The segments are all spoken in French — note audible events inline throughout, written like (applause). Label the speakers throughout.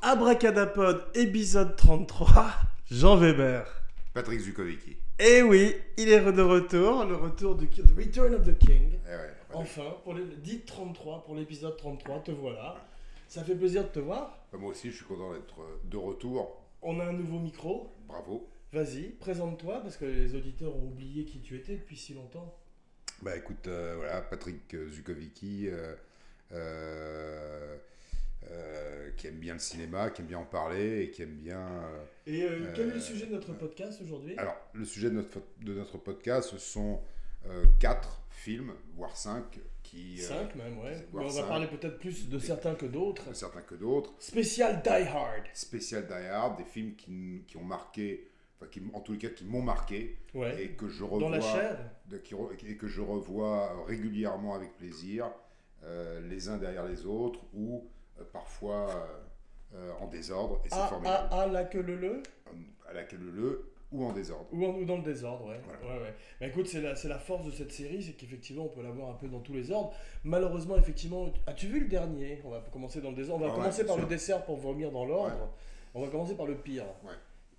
Speaker 1: Abracadapod, épisode 33, Jean Weber.
Speaker 2: Patrick Zukovicki.
Speaker 1: Et oui, il est de retour, le retour du the Return of the King.
Speaker 2: Eh ouais, on va dire-
Speaker 1: Enfin, pour le dit 33 pour l'épisode 33, te voilà. Ça fait plaisir de te voir.
Speaker 2: Bah, moi aussi, je suis content d'être euh, de retour.
Speaker 1: On a un nouveau micro.
Speaker 2: Bravo.
Speaker 1: Vas-y, présente-toi parce que les auditeurs ont oublié qui tu étais depuis si longtemps.
Speaker 2: Bah écoute, euh, voilà, Patrick euh, Zukovicki, euh, euh, euh, qui aime bien le cinéma, qui aime bien en parler et qui aime bien. euh,
Speaker 1: Et euh, quel est le
Speaker 2: Euh,
Speaker 1: sujet de notre podcast aujourd'hui
Speaker 2: Alors, le sujet de notre, de notre podcast, ce sont euh, quatre films, voire cinq, qui. euh,
Speaker 1: 5 même, ouais.
Speaker 2: voire
Speaker 1: Mais on va
Speaker 2: cinq.
Speaker 1: parler peut-être plus de certains que d'autres.
Speaker 2: certains que d'autres.
Speaker 1: Spécial Die Hard.
Speaker 2: Spécial Die Hard, des films qui, n- qui ont marqué, enfin, qui, m- en tous les cas, qui m'ont marqué
Speaker 1: Ouais.
Speaker 2: et que je revois.
Speaker 1: Dans la chair
Speaker 2: de- qui re- et que je revois euh, régulièrement avec plaisir, euh, les uns derrière les autres, ou euh, parfois euh, euh, en désordre, et c'est
Speaker 1: Ah, ah,
Speaker 2: formidable.
Speaker 1: ah, la queue le le
Speaker 2: À laquelle le, ou en désordre.
Speaker 1: Ou, en- ou dans le désordre, ouais.
Speaker 2: Voilà.
Speaker 1: ouais, ouais. Bah, écoute, c'est la, c'est la force de cette série, c'est qu'effectivement, on peut l'avoir un peu dans tous les ordres. Malheureusement, effectivement, as-tu vu le dernier On va commencer dans le désordre. On va
Speaker 2: Ah ouais,
Speaker 1: commencer
Speaker 2: bien
Speaker 1: par
Speaker 2: sûr.
Speaker 1: le dessert pour vomir dans l'ordre. On va commencer par le pire.
Speaker 2: Ouais.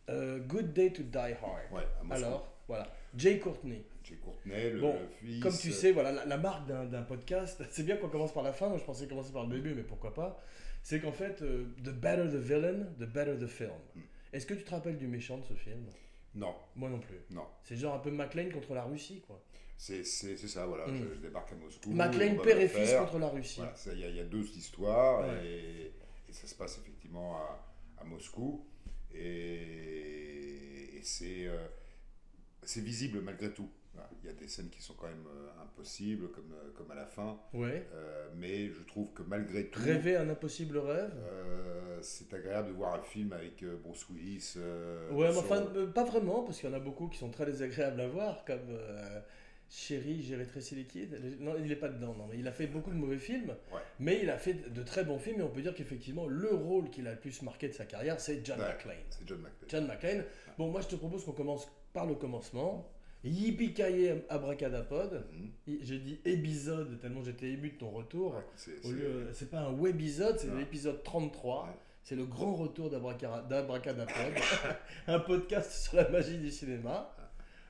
Speaker 1: Euh, Good Day to Die Hard.
Speaker 2: Ouais, à mon sens.
Speaker 1: Alors, voilà. Jay Courtney.
Speaker 2: Jay Courtenay, le,
Speaker 1: Bon,
Speaker 2: le fils. euh,
Speaker 1: Comme tu sais, voilà, la, la marque d'un d'un podcast, (laughs) c'est bien qu'on commence par la fin, moi je pensais commencer par le début, mais pourquoi pas, c'est qu'en fait, euh, the better the villain, the better the film.
Speaker 2: Mm.
Speaker 1: Est-ce que tu te rappelles du méchant de ce film
Speaker 2: Non,
Speaker 1: Moi non plus.
Speaker 2: non.
Speaker 1: C'est genre un peu McLean contre la Russie, quoi.
Speaker 2: C'est c'est- c'est ça, voilà.
Speaker 1: Mm.
Speaker 2: Je, je débarque à Moscou. on
Speaker 1: McLean,
Speaker 2: va
Speaker 1: père
Speaker 2: me
Speaker 1: et fils
Speaker 2: faire.
Speaker 1: contre la Russie.
Speaker 2: Voilà, ça, il y, a- il y a deux histoires
Speaker 1: Ouais.
Speaker 2: et, et ça se passe effectivement à, à Moscou et, et c'est euh, c'est visible malgré tout. Voilà, Il y a des scènes qui sont quand même euh, impossibles comme, euh, comme à la fin,
Speaker 1: Ouais.
Speaker 2: euh, mais je trouve que malgré tout,
Speaker 1: Rêver un impossible rêve
Speaker 2: euh, c'est agréable de voir un film avec euh, Bruce Willis. euh,
Speaker 1: Ouais, mais
Speaker 2: sur-
Speaker 1: enfin, euh, pas vraiment, parce qu'il y en a beaucoup qui sont très désagréables à voir, comme euh, Chérie, j'ai rétréci les kids. Non, il n'est pas dedans, non, mais il a fait beaucoup de mauvais films,
Speaker 2: Ouais.
Speaker 1: mais il a fait de très bons films, et on peut dire qu'effectivement, le rôle qu'il a le plus marqué de sa carrière, c'est John
Speaker 2: Ouais.
Speaker 1: McClane.
Speaker 2: C'est John McClane.
Speaker 1: John McClane. Bon, moi, je te propose qu'on commence par le commencement. Yippee-ki-yay, abracadapod.
Speaker 2: Mhm.
Speaker 1: I- J'ai dit épisode, tellement j'étais ému de ton retour.
Speaker 2: Ouais, c'est-
Speaker 1: Au
Speaker 2: c'est-
Speaker 1: lieu- euh, C'est pas un webisode, c'est
Speaker 2: Ouais.
Speaker 1: l'épisode 33.
Speaker 2: Ouais.
Speaker 1: C'est le grand retour d'Abracara- d'Abracadapod, (laughs) un podcast sur la magie du cinéma.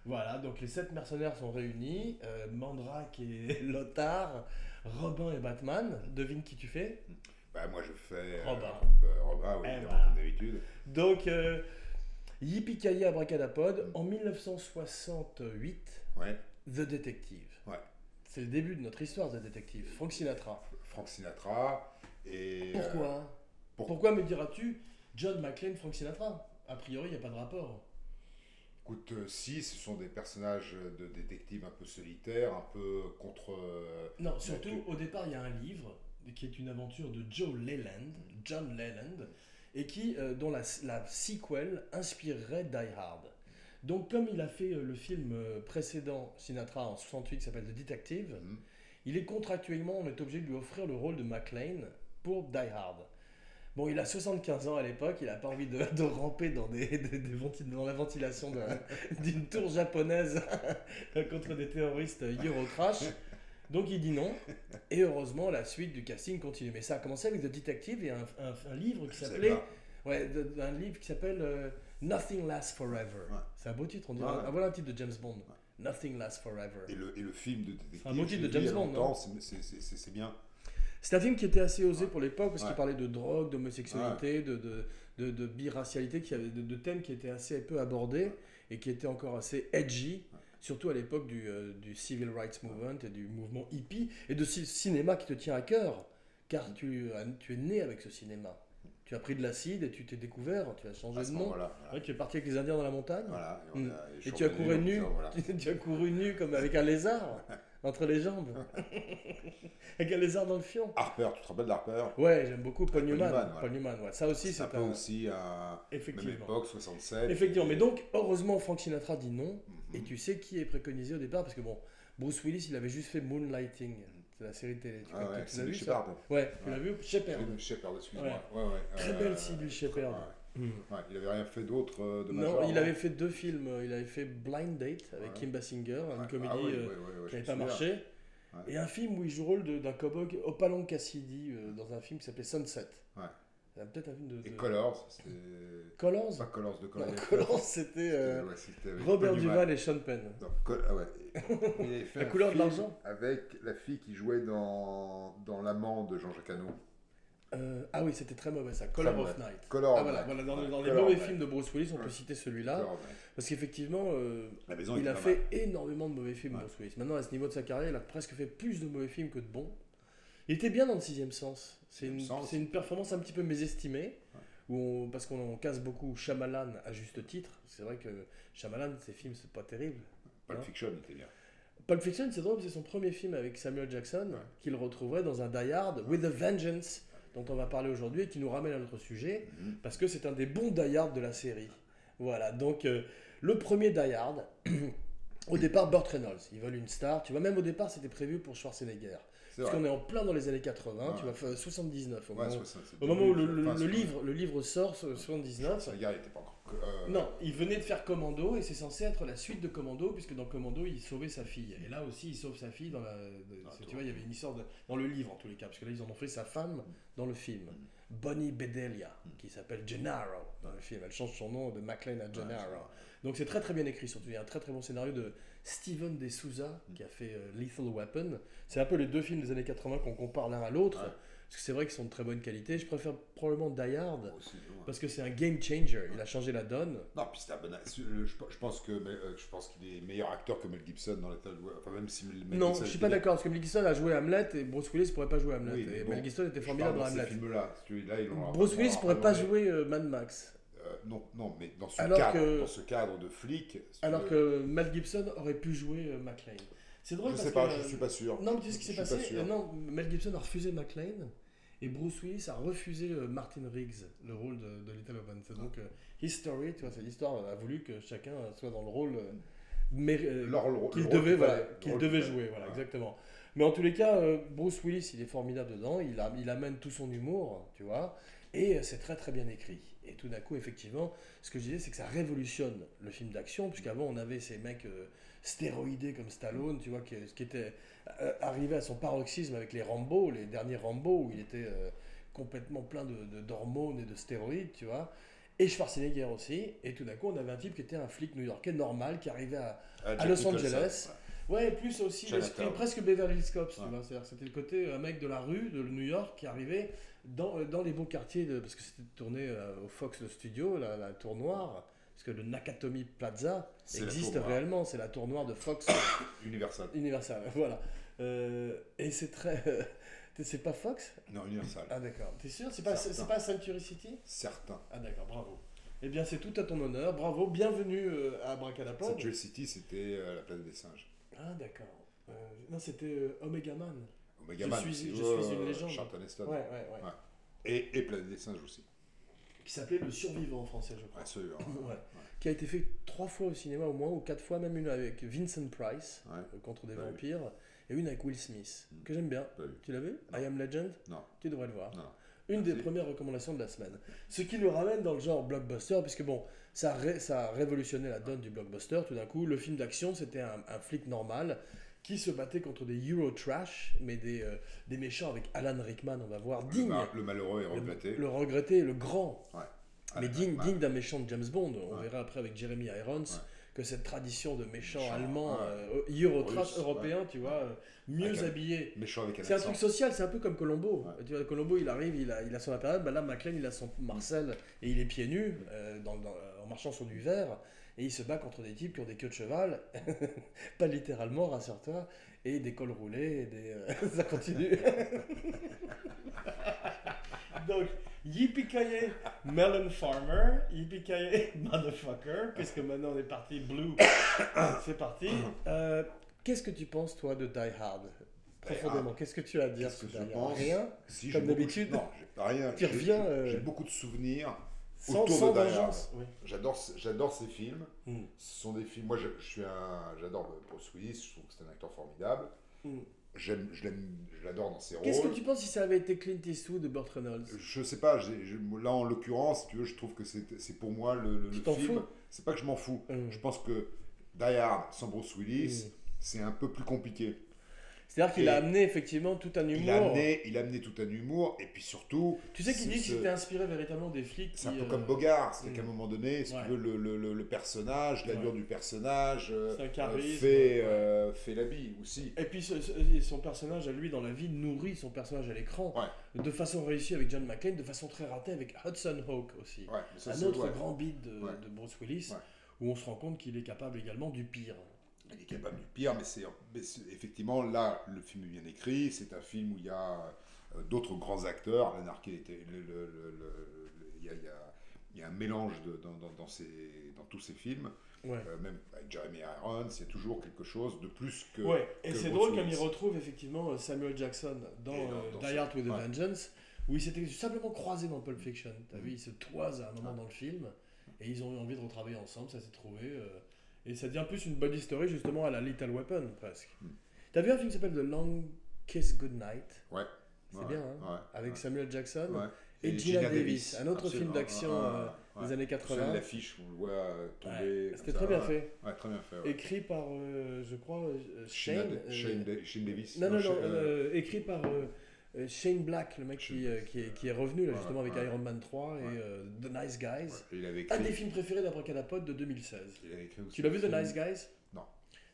Speaker 1: Voilà, donc les sept mercenaires sont réunis, euh, Mandrake et (laughs) Lothar, Robin et Batman. Devine qui tu fais
Speaker 2: Bah, moi je fais euh,
Speaker 1: Robin.
Speaker 2: euh, Robin, oui,
Speaker 1: Eh
Speaker 2: évidemment,
Speaker 1: voilà.
Speaker 2: comme d'habitude.
Speaker 1: Donc, euh, Yippee Abracadapod, en 1968,
Speaker 2: Ouais.
Speaker 1: The Detective.
Speaker 2: Ouais.
Speaker 1: C'est le début de notre histoire, The Detective. Frank Sinatra.
Speaker 2: Frank Sinatra. Et, euh,
Speaker 1: Pourquoi
Speaker 2: pour-
Speaker 1: Pourquoi me diras-tu John McClane, Frank Sinatra A priori, il n'y a pas de rapport.
Speaker 2: Écoute, euh, si, ce sont des personnages de détectives un peu solitaires, un peu contre. euh,
Speaker 1: Non, surtout
Speaker 2: tu-
Speaker 1: au départ, il y a un livre qui est une aventure de Joe Leland, John Leland, et qui, euh, dont la, la sequel inspirerait Die Hard. Donc, comme il a fait euh, le film euh, précédent Sinatra en 68 qui s'appelle The Detective,
Speaker 2: Mhm.
Speaker 1: il est contractuellement, on est obligé de lui offrir le rôle de McLean pour Die Hard. Bon, il a 75 ans à l'époque, il n'a pas envie de, (laughs) de ramper dans, des, des- des venti- dans la ventilation d'un- (laughs) d'une tour japonaise (laughs) contre des terroristes Eurotrash. Donc il dit non. Et heureusement, la suite du casting continue. Mais ça a commencé avec The Detective et un, un- un livre qui
Speaker 2: je sais
Speaker 1: s'appelait.
Speaker 2: pas.
Speaker 1: Ouais, de- d'un livre qui s'appelle euh, Nothing Lasts Forever.
Speaker 2: Ouais.
Speaker 1: C'est un beau titre, on dirait.
Speaker 2: Ouais, ouais.
Speaker 1: Ah, voilà un titre de James Bond. Nothing Lasts Forever.
Speaker 2: Et le, et le film de détective.
Speaker 1: un motif
Speaker 2: je
Speaker 1: de
Speaker 2: l'ai
Speaker 1: James
Speaker 2: vu il y a
Speaker 1: Bond,
Speaker 2: longtemps,
Speaker 1: non
Speaker 2: c'est- c'est- C'est c'est- c'est bien.
Speaker 1: C'est un film qui était assez osé
Speaker 2: Ouais.
Speaker 1: pour l'époque parce qu'il
Speaker 2: Ouais.
Speaker 1: parlait de drogue, d'homosexualité, de, de, de, de biracialité, qui avait, de, de thèmes qui étaient assez peu abordés et qui étaient encore assez edgy, surtout à l'époque du, euh, du Civil Rights Movement et du mouvement hippie et de ce cinéma qui te tient à cœur,
Speaker 2: Mm.
Speaker 1: car tu, as- tu es né avec ce cinéma. Tu as pris de l'acide et tu t'es découvert, tu as changé
Speaker 2: À
Speaker 1: de
Speaker 2: ce
Speaker 1: nom.
Speaker 2: moment-là,
Speaker 1: Ouais, tu es parti avec les Indiens dans la montagne.
Speaker 2: Voilà. Voilà,
Speaker 1: Mm.
Speaker 2: a-
Speaker 1: Et tu as couru
Speaker 2: chambonné
Speaker 1: nu,
Speaker 2: en disant, voilà.
Speaker 1: (laughs) tu, tu as couru nu comme avec un lézard
Speaker 2: (laughs)
Speaker 1: entre les jambes, avec un lézard dans le fion.
Speaker 2: Harper, tu te rappelles d'Harper
Speaker 1: Ouais, j'aime beaucoup Paul
Speaker 2: Paul
Speaker 1: Newman.
Speaker 2: Newman, voilà.
Speaker 1: Paul Newman, ouais. Ça aussi, c'est
Speaker 2: un peu
Speaker 1: un...
Speaker 2: aussi à même
Speaker 1: Effectivement.
Speaker 2: époque, 67.
Speaker 1: Effectivement. Mais donc, heureusement, Frank Sinatra dit non.
Speaker 2: Mhm.
Speaker 1: Et tu sais qui est préconisé au départ Parce que bon, Bruce Willis, il avait juste fait Moonlighting. C'est la série télé. Tu, tu-
Speaker 2: Ah ouais,
Speaker 1: tu l'as
Speaker 2: c'est
Speaker 1: vu, ça
Speaker 2: Shepard.
Speaker 1: Ouais, tu
Speaker 2: Ouais.
Speaker 1: l'as vu Shepard.
Speaker 2: Sybil Shepard, excuse-moi. Ouais, ouais,
Speaker 1: Très
Speaker 2: euh,
Speaker 1: belle Sybil Shepard.
Speaker 2: ouais.
Speaker 1: Mhm.
Speaker 2: Ouais, Il avait rien fait d'autre euh, de
Speaker 1: Non,
Speaker 2: majeur,
Speaker 1: il avait fait deux films. Il avait fait Blind Date avec
Speaker 2: Ouais.
Speaker 1: Kim Basinger, une
Speaker 2: Ouais.
Speaker 1: comédie
Speaker 2: Ah oui,
Speaker 1: euh,
Speaker 2: ouais, ouais, ouais,
Speaker 1: qui
Speaker 2: je me
Speaker 1: n'avait pas
Speaker 2: souviens.
Speaker 1: marché.
Speaker 2: Ouais.
Speaker 1: Et un film où il joue le rôle de- d'un cowboy, Opalong Cassidy, euh, dans un film qui s'appelait Sunset.
Speaker 2: Ouais.
Speaker 1: Il y en a peut-être un film de.
Speaker 2: Et
Speaker 1: de-
Speaker 2: Colors, c'était.
Speaker 1: Colors
Speaker 2: Pas Colors de Colors.
Speaker 1: Non, Colors, c'était Bah, euh,
Speaker 2: Ouais, c'était avec
Speaker 1: Robert
Speaker 2: Paul
Speaker 1: Duval et Sean Penn.
Speaker 2: Non, Col- ah ouais. Il avait fait
Speaker 1: La
Speaker 2: un
Speaker 1: couleur de
Speaker 2: film
Speaker 1: l'argent.
Speaker 2: Avec la fille qui jouait dans, dans L'Amant de Jean-Jacques Hano.
Speaker 1: Euh, ah oui, c'était très mauvais ça. Color of Night.
Speaker 2: Color.
Speaker 1: ah voilà, voilà, dans,
Speaker 2: Ouais,
Speaker 1: dans les
Speaker 2: Color
Speaker 1: mauvais
Speaker 2: Night.
Speaker 1: films de Bruce Willis, on peut
Speaker 2: Ouais.
Speaker 1: citer celui-là.
Speaker 2: Color of Night.
Speaker 1: Parce qu'effectivement, euh,
Speaker 2: La maison
Speaker 1: il
Speaker 2: était
Speaker 1: a
Speaker 2: pas
Speaker 1: fait
Speaker 2: mal.
Speaker 1: énormément de mauvais films,
Speaker 2: Ouais.
Speaker 1: Bruce Willis. Maintenant, à ce niveau de sa carrière, il a presque fait plus de mauvais films que de bons. Il était bien dans le sixième sens. C'est
Speaker 2: Sixième
Speaker 1: une,
Speaker 2: Sens.
Speaker 1: c'est une performance un petit peu mésestimée.
Speaker 2: Ouais.
Speaker 1: où on- parce qu'on en casse beaucoup Shyamalan à juste titre. C'est vrai que Shyamalan, ses films, c'est pas terrible.
Speaker 2: Pulp
Speaker 1: hein.
Speaker 2: Fiction était bien.
Speaker 1: Pulp Fiction, c'est drôle, c'est son premier film avec Samuel Jackson
Speaker 2: Ouais.
Speaker 1: qu'il retrouverait dans un Die Hard with a Vengeance dont on va parler aujourd'hui et qui nous ramène à notre sujet
Speaker 2: Mhm.
Speaker 1: parce que c'est un des bons Die Hard de la série. Voilà, donc euh, le premier Die Hard, (coughs) au départ Burt Reynolds, ils veulent une star, tu vois, même au départ c'était prévu pour Schwarzenegger.
Speaker 2: C'est
Speaker 1: Parce
Speaker 2: vrai.
Speaker 1: qu'on est en plein dans les années 80,
Speaker 2: Ouais.
Speaker 1: tu vois, enfin, 79 au
Speaker 2: Ouais,
Speaker 1: moment,
Speaker 2: soixante- c'est
Speaker 1: au moment où le,
Speaker 2: début,
Speaker 1: le-
Speaker 2: enfin,
Speaker 1: le
Speaker 2: c'est-
Speaker 1: livre, le livre sort, so- 79.
Speaker 2: La gare était pas encore. euh,
Speaker 1: Non, il venait de faire Commando et c'est censé être la suite de Commando puisque dans Commando il sauvait sa fille et là aussi il sauve sa fille dans la de-
Speaker 2: Ah,
Speaker 1: c'est- tu
Speaker 2: toi.
Speaker 1: vois il y avait une histoire de- dans le livre en tous les cas parce que là ils en ont fait sa femme dans le film Bonnie Bedelia qui s'appelle Gennaro dans le film elle change son nom de McLean à
Speaker 2: ouais,
Speaker 1: Gennaro donc c'est très très bien écrit surtout il y a un très très bon scénario de Steven De Souza qui a fait euh, Lethal Weapon c'est un peu les deux films des années 80 qu'on compare l'un à l'autre
Speaker 2: Ouais.
Speaker 1: parce que c'est vrai qu'ils sont de très bonne qualité je préfère probablement Die Hard
Speaker 2: aussi, ouais.
Speaker 1: parce que c'est un game changer il a changé la donne
Speaker 2: Non, puis c'était un bon. Je, je- je pense que euh, je pense qu'il est meilleur acteur que Mel Gibson dans l'état. de- Enfin, même si Mel
Speaker 1: non,
Speaker 2: Gibson
Speaker 1: je suis
Speaker 2: était
Speaker 1: pas
Speaker 2: bien-
Speaker 1: d'accord, parce que Mel Gibson a joué Hamlet et Bruce Willis pourrait pas jouer Hamlet.
Speaker 2: Oui, mais
Speaker 1: et
Speaker 2: bon,
Speaker 1: Mel Gibson était
Speaker 2: je
Speaker 1: formidable dans
Speaker 2: parle
Speaker 1: Hamlet.
Speaker 2: ces films-là. si tu veux, là, ils l'ont-
Speaker 1: Bruce
Speaker 2: ils l'ont
Speaker 1: Willis pourrait pas
Speaker 2: abandonné.
Speaker 1: jouer euh, Mad Max.
Speaker 2: Euh, non, non, mais dans ce,
Speaker 1: Alors
Speaker 2: cadre,
Speaker 1: que-
Speaker 2: dans ce cadre de flic. si tu
Speaker 1: Alors
Speaker 2: veux,
Speaker 1: que Mel Gibson aurait pu jouer euh, McLean. C'est drôle
Speaker 2: Je
Speaker 1: parce
Speaker 2: sais pas,
Speaker 1: que.
Speaker 2: je suis pas sûr.
Speaker 1: Non, mais tu sais ce qui
Speaker 2: Je
Speaker 1: s'est
Speaker 2: suis pas
Speaker 1: passé
Speaker 2: sûr.
Speaker 1: Euh, Non, Mel Gibson a refusé McLean et Bruce Willis a refusé euh, Martin Riggs, le rôle de, de Little Open. C'est donc euh, History, tu vois, c'est l'histoire euh, a voulu que chacun soit dans le rôle. euh, mais, euh,
Speaker 2: Leur- le-
Speaker 1: qu'il
Speaker 2: le
Speaker 1: devait,
Speaker 2: rôle
Speaker 1: voilà,
Speaker 2: fallait- le
Speaker 1: qu'il
Speaker 2: rôle
Speaker 1: devait
Speaker 2: fallait.
Speaker 1: jouer, voilà,
Speaker 2: Ouais.
Speaker 1: exactement. Mais en tous les cas, euh, Bruce Willis, il est formidable dedans, il, a- il amène tout son humour, tu vois, et euh, c'est très très bien écrit. Et tout d'un coup, effectivement, ce que je disais, c'est que ça révolutionne le film d'action, puisqu'avant on avait ces mecs euh, stéroïdés comme Stallone, tu vois, qui, qui était euh, arrivé à son paroxysme avec les Rambo, les derniers Rambo, où il était euh, complètement plein de- de- d'hormones et de stéroïdes, tu vois. Et Schwarzenegger aussi, et tout d'un coup on avait un type qui était un flic new-yorkais normal qui arrivait à,
Speaker 2: Ah,
Speaker 1: à
Speaker 2: Jack
Speaker 1: Los
Speaker 2: Nicholson,
Speaker 1: Angeles.
Speaker 2: ouais.
Speaker 1: Ouais, plus aussi
Speaker 2: Chinatown.
Speaker 1: l'esprit presque Beverly Hills Cops, tu
Speaker 2: Ouais.
Speaker 1: vois. C'est-à-dire que c'était le côté euh, un mec de la rue, de New York, qui arrivait dans, euh, dans les beaux quartiers, de, parce que c'était tourné euh, au Fox le Studio, la, la tour noire, parce que le Nakatomi Plaza
Speaker 2: C'est la
Speaker 1: existe
Speaker 2: tour noire.
Speaker 1: réellement, c'est la tour noire de Fox (coughs)
Speaker 2: Universal.
Speaker 1: Universal, (laughs) voilà. Euh, et c'est très... euh, c'est pas Fox
Speaker 2: Non, Universal.
Speaker 1: Ah d'accord, t'es sûr C'est pas,
Speaker 2: Certain.
Speaker 1: c'est pas Century City
Speaker 2: Certain.
Speaker 1: Ah d'accord, bravo. Eh bien c'est tout à ton honneur, bravo, bienvenue euh, à Bracadapod.
Speaker 2: Central City, c'était euh, la place des singes.
Speaker 1: Ah d'accord. Euh, non, c'était euh, Omega Man.
Speaker 2: Omega
Speaker 1: Je
Speaker 2: Man,
Speaker 1: suis-
Speaker 2: c'est-
Speaker 1: je
Speaker 2: ouais,
Speaker 1: suis une
Speaker 2: ouais,
Speaker 1: légende.
Speaker 2: euh, Charlton Heston.
Speaker 1: Ouais, ouais, ouais.
Speaker 2: Ouais. Et, et Planète des singes aussi.
Speaker 1: Qui s'appelait Le Survivant en français, je crois.
Speaker 2: Ouais, ceux, hein.
Speaker 1: (laughs) Ouais. Qui a été fait trois fois au cinéma au moins, ou quatre fois, même une avec Vincent Price,
Speaker 2: Ouais.
Speaker 1: euh, contre des
Speaker 2: Ouais.
Speaker 1: vampires, et une avec Will Smith,
Speaker 2: Bah Mm.
Speaker 1: que j'aime bien.
Speaker 2: Pas vu.
Speaker 1: Tu l'as vu I Am Legend
Speaker 2: Non.
Speaker 1: Tu devrais le voir.
Speaker 2: Non.
Speaker 1: Une des
Speaker 2: Merci.
Speaker 1: premières recommandations de la semaine. Ce qui nous ramène dans le genre blockbuster, puisque bon, ça, ré- ça a révolutionné la donne du blockbuster. Tout d'un coup, le film d'action, c'était un, un flic normal qui se battait contre des Euro Trash, mais des, euh, des méchants avec Alan Rickman, on va voir,
Speaker 2: Le,
Speaker 1: digne.
Speaker 2: ma- le malheureux est
Speaker 1: Le-
Speaker 2: regretté.
Speaker 1: le regretté, le grand
Speaker 2: Ah,
Speaker 1: mais
Speaker 2: le-
Speaker 1: digne,
Speaker 2: ouais.
Speaker 1: digne d'un méchant de James Bond. On
Speaker 2: Ouais.
Speaker 1: verra après avec Jeremy Irons que cette tradition de méchant,
Speaker 2: Méchant,
Speaker 1: allemand,
Speaker 2: ouais.
Speaker 1: euh, Eurotrash
Speaker 2: Russe,
Speaker 1: européen, tu vois, euh, mieux
Speaker 2: Avec un-
Speaker 1: habillé.
Speaker 2: Méchant avec un
Speaker 1: C'est un
Speaker 2: accent.
Speaker 1: truc social, c'est un peu comme Colombo.
Speaker 2: Ouais.
Speaker 1: Tu vois, Colombo, il arrive, il a, il a son appareil, bah là, McLean, il a son Marcel et il est pieds nus euh, dans- dans- en marchant sur du verre et il se bat contre des types qui ont des queues de cheval, (laughs) pas littéralement, rassure-toi, et des cols roulés, et des. euh, (laughs) ça continue. Donc, yippee melon farmer, yippee (laughs) motherfucker, puisque maintenant on est parti blue, (coughs) c'est parti. Euh, Qu'est-ce que tu penses, toi, de Die Hard Profondément, qu'est-ce que tu as à dire
Speaker 2: Qu'est-ce
Speaker 1: sur
Speaker 2: que
Speaker 1: Die
Speaker 2: je
Speaker 1: Hard
Speaker 2: pense
Speaker 1: Rien
Speaker 2: Si,
Speaker 1: Comme
Speaker 2: j'ai beaucoup de-
Speaker 1: d'habitude.
Speaker 2: Non, j'ai pas rien.
Speaker 1: Tu
Speaker 2: J'ai-
Speaker 1: reviens,
Speaker 2: j'ai-
Speaker 1: euh,
Speaker 2: J'ai beaucoup de souvenirs.
Speaker 1: Sans,
Speaker 2: Autour
Speaker 1: sans
Speaker 2: de Die
Speaker 1: vengeance. Oui.
Speaker 2: J'adore, ce- j'adore ces films.
Speaker 1: Mm.
Speaker 2: Ce sont des films. Moi, je, je suis un. J'adore Bruce Willis. Je trouve que c'est un acteur formidable.
Speaker 1: Mm.
Speaker 2: J'aime, je l'aime, je l'adore dans ses
Speaker 1: Qu'est-ce
Speaker 2: rôles.
Speaker 1: que tu penses si ça avait été Clint Eastwood ou Burt Reynolds
Speaker 2: Je sais pas, j'ai- je- là en l'occurrence, si tu veux, je trouve que c'est c'est pour moi le, le-
Speaker 1: Tu
Speaker 2: le
Speaker 1: t'en
Speaker 2: film.
Speaker 1: fous
Speaker 2: C'est pas que je m'en fous.
Speaker 1: Hum.
Speaker 2: Je pense que Die Hard sans Bruce Willis,
Speaker 1: Mm.
Speaker 2: c'est un peu plus compliqué.
Speaker 1: C'est-à-dire qu'il
Speaker 2: Et-
Speaker 1: a amené effectivement tout un
Speaker 2: Il a,
Speaker 1: humour.
Speaker 2: amené, il a amené tout un humour, et puis surtout,
Speaker 1: Tu sais qu'il
Speaker 2: ce-
Speaker 1: dit que
Speaker 2: ce-
Speaker 1: c'était inspiré véritablement des flics.
Speaker 2: c'est un
Speaker 1: qui,
Speaker 2: peu
Speaker 1: euh,
Speaker 2: comme Bogart, c'est
Speaker 1: hmm.
Speaker 2: qu'à un moment donné, si
Speaker 1: Ouais.
Speaker 2: tu veux, le, le- le- le personnage, l'allure
Speaker 1: Ouais.
Speaker 2: du personnage euh,
Speaker 1: C'est un
Speaker 2: euh,
Speaker 1: charisme.
Speaker 2: fait,
Speaker 1: ouais.
Speaker 2: euh, fait l'habit aussi.
Speaker 1: Et puis ce- ce- son personnage à lui dans la vie nourrit son personnage à l'écran. De façon réussie avec John McClane, de façon très ratée avec Hudson Hawk aussi.
Speaker 2: Ouais, mais ça,
Speaker 1: un
Speaker 2: c'est-
Speaker 1: autre
Speaker 2: ouais.
Speaker 1: grand beat de,
Speaker 2: Ouais.
Speaker 1: de Bruce Willis
Speaker 2: Ouais.
Speaker 1: où on se rend compte qu'il est capable également du pire.
Speaker 2: Il est capable du pire, mais c'est mais c'est- effectivement là, le film est bien écrit. C'est un film où il y a euh, d'autres grands acteurs. L'anarchie était. le- le- le- le- le- Il y a- il y a- il y a un mélange de- dans, dans- dans ces- dans tous ces films.
Speaker 1: Ouais.
Speaker 2: Euh, même avec Jeremy Irons, il y a toujours quelque chose de plus que.
Speaker 1: Ouais, et
Speaker 2: que
Speaker 1: c'est
Speaker 2: Bruce
Speaker 1: drôle comme
Speaker 2: Willis.
Speaker 1: il retrouve effectivement euh, Samuel Jackson dans,
Speaker 2: Et dans-
Speaker 1: euh,
Speaker 2: dans
Speaker 1: Die
Speaker 2: ce-
Speaker 1: Hard with a
Speaker 2: ouais.
Speaker 1: Vengeance, où ils s'étaient simplement croisés dans Pulp Fiction. T'as
Speaker 2: Mhm.
Speaker 1: vu, ils se toisent à un moment
Speaker 2: Ouais.
Speaker 1: dans le film, et ils ont eu envie de retravailler ensemble, ça s'est trouvé. euh, et ça devient plus une body story justement à la Little Weapon presque.
Speaker 2: Mhm.
Speaker 1: T'as vu un film qui s'appelle The Long Kiss Goodnight
Speaker 2: Ouais.
Speaker 1: C'est
Speaker 2: Ouais,
Speaker 1: bien,
Speaker 2: ouais,
Speaker 1: hein
Speaker 2: ouais,
Speaker 1: Avec
Speaker 2: ouais,
Speaker 1: Samuel Jackson
Speaker 2: ouais.
Speaker 1: et, Gina, Davis, un autre film
Speaker 2: absolument,
Speaker 1: d'action
Speaker 2: ouais,
Speaker 1: euh,
Speaker 2: ouais, ouais.
Speaker 1: des années
Speaker 2: Seule
Speaker 1: 80.
Speaker 2: l'affiche, on le voit euh,
Speaker 1: Ouais,
Speaker 2: tomber. comme
Speaker 1: C'était
Speaker 2: ça,
Speaker 1: très bien
Speaker 2: ouais.
Speaker 1: fait.
Speaker 2: Ouais, très bien fait. ouais.
Speaker 1: Écrit par, euh, je crois, euh,
Speaker 2: Gina
Speaker 1: Shane.
Speaker 2: Da-
Speaker 1: euh,
Speaker 2: Shane Da- Shane Davis.
Speaker 1: Non, non, non,
Speaker 2: Shane- euh,
Speaker 1: euh, écrit par euh, euh, Shane Black, le mec
Speaker 2: Shane
Speaker 1: qui, euh,
Speaker 2: Black,
Speaker 1: qui, est,
Speaker 2: euh,
Speaker 1: qui est revenu là,
Speaker 2: ouais,
Speaker 1: justement avec
Speaker 2: ouais.
Speaker 1: Iron Man 3 et
Speaker 2: Ouais.
Speaker 1: euh, The Nice Guys.
Speaker 2: ouais, il avait
Speaker 1: Un des
Speaker 2: écrit.
Speaker 1: films préférés d'Abracadapod de 2016.
Speaker 2: il avait écrit aussi
Speaker 1: Tu l'as vu The
Speaker 2: le film-
Speaker 1: Nice Guys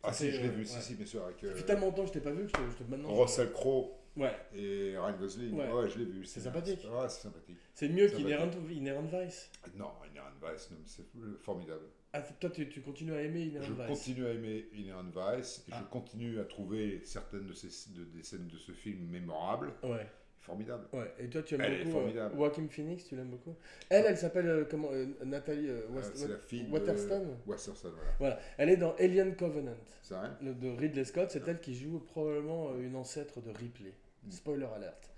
Speaker 2: Ah
Speaker 1: Ça
Speaker 2: si,
Speaker 1: fait,
Speaker 2: je l'ai
Speaker 1: euh,
Speaker 2: vu,
Speaker 1: ouais.
Speaker 2: si, si, bien sûr, avec
Speaker 1: Ça fait
Speaker 2: euh,
Speaker 1: tellement longtemps que je t'ai pas vu que je te, je te- maintenant. je-
Speaker 2: Russell Crowe
Speaker 1: Ouais,
Speaker 2: et Ryan Gosling.
Speaker 1: Ouais.
Speaker 2: Ouais, je l'ai vu.
Speaker 1: C'est
Speaker 2: bien.
Speaker 1: sympathique.
Speaker 2: Ouais, c'est sympathique.
Speaker 1: c'est mieux
Speaker 2: Ça
Speaker 1: qu'Inherent Inherent Vice.
Speaker 2: Non, Inherent Vice, non, c'est formidable.
Speaker 1: Ah, t- toi, tu, tu continues à aimer Inherent
Speaker 2: Je
Speaker 1: Vice.
Speaker 2: continue à aimer Inherent Vice, et
Speaker 1: Ah.
Speaker 2: je continue à trouver certaines de ces, de- des scènes de ce film mémorables.
Speaker 1: Ouais,
Speaker 2: Formidable.
Speaker 1: ouais. Et toi, tu aimes
Speaker 2: Elle est
Speaker 1: beaucoup. euh,
Speaker 2: formidable.
Speaker 1: Joaquin Phoenix, tu l'aimes beaucoup. Elle, elle s'appelle euh, comment euh, Nathalie euh,
Speaker 2: Euh,
Speaker 1: West-
Speaker 2: c'est la fille de-
Speaker 1: Waterston.
Speaker 2: Waterston, voilà.
Speaker 1: Voilà. Elle est dans Alien Covenant.
Speaker 2: C'est vrai
Speaker 1: Le- de Ridley Scott, c'est elle qui joue probablement euh, une ancêtre de Ripley.
Speaker 2: Mm.
Speaker 1: Spoiler alerte.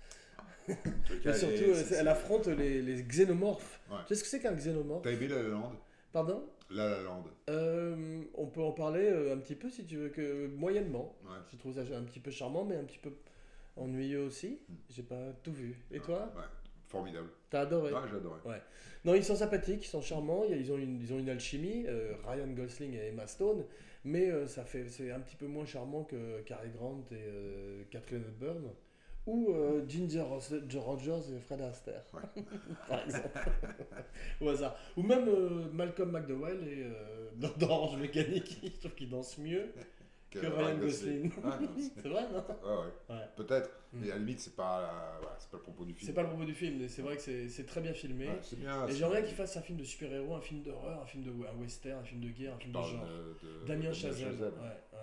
Speaker 2: En tout cas,
Speaker 1: Et surtout,
Speaker 2: elle est-
Speaker 1: euh,
Speaker 2: c'est-
Speaker 1: elle affronte les, les xénomorphes.
Speaker 2: Ouais.
Speaker 1: Tu sais ce que c'est qu'un xénomorphe
Speaker 2: T'as aimé La La Land
Speaker 1: Pardon
Speaker 2: La La Land,
Speaker 1: Euh, On peut en parler euh, un petit peu si tu veux, que moyennement.
Speaker 2: ouais.
Speaker 1: Je trouve ça un petit peu charmant, mais un petit peu ennuyeux aussi.
Speaker 2: Mm.
Speaker 1: J'ai pas tout vu. Et
Speaker 2: Ouais,
Speaker 1: toi
Speaker 2: ouais. Formidable. Ah,
Speaker 1: T'as adoré
Speaker 2: Ouais, j'adorais.
Speaker 1: Non, ils sont sympathiques, ils sont charmants, ils ont une, ils ont une alchimie, euh, Ryan Gosling et Emma Stone, mais euh, ça fait, c'est un petit peu moins charmant que Cary Grant et euh, Catherine Hepburn, ou euh, Ginger Ros- Rogers et Fred Astaire, (laughs) par exemple, au hasard. Ou même euh, Malcolm McDowell et, euh, dans, dans Orange Mécanique, (laughs) je trouve qu'il danse mieux que, Ryan Gosling.
Speaker 2: Ouais, Ah, non, c'est-
Speaker 1: (laughs) c'est vrai, non
Speaker 2: Ouais, ouais.
Speaker 1: Ouais.
Speaker 2: Peut-être,
Speaker 1: Mm.
Speaker 2: mais à la limite, c'est pas, la- voilà, c'est pas le propos du film.
Speaker 1: C'est pas le propos du film, mais c'est vrai que c'est c'est très bien filmé.
Speaker 2: Ouais, c'est bien.
Speaker 1: Et
Speaker 2: c'est-
Speaker 1: j'aimerais qu'il fasse un film de super-héros, un film d'horreur, un film de un western, un film de guerre, un
Speaker 2: Tu
Speaker 1: film de
Speaker 2: parles
Speaker 1: genre.
Speaker 2: de- euh, de-
Speaker 1: Damien
Speaker 2: de
Speaker 1: Chazelle. Ouais, ouais.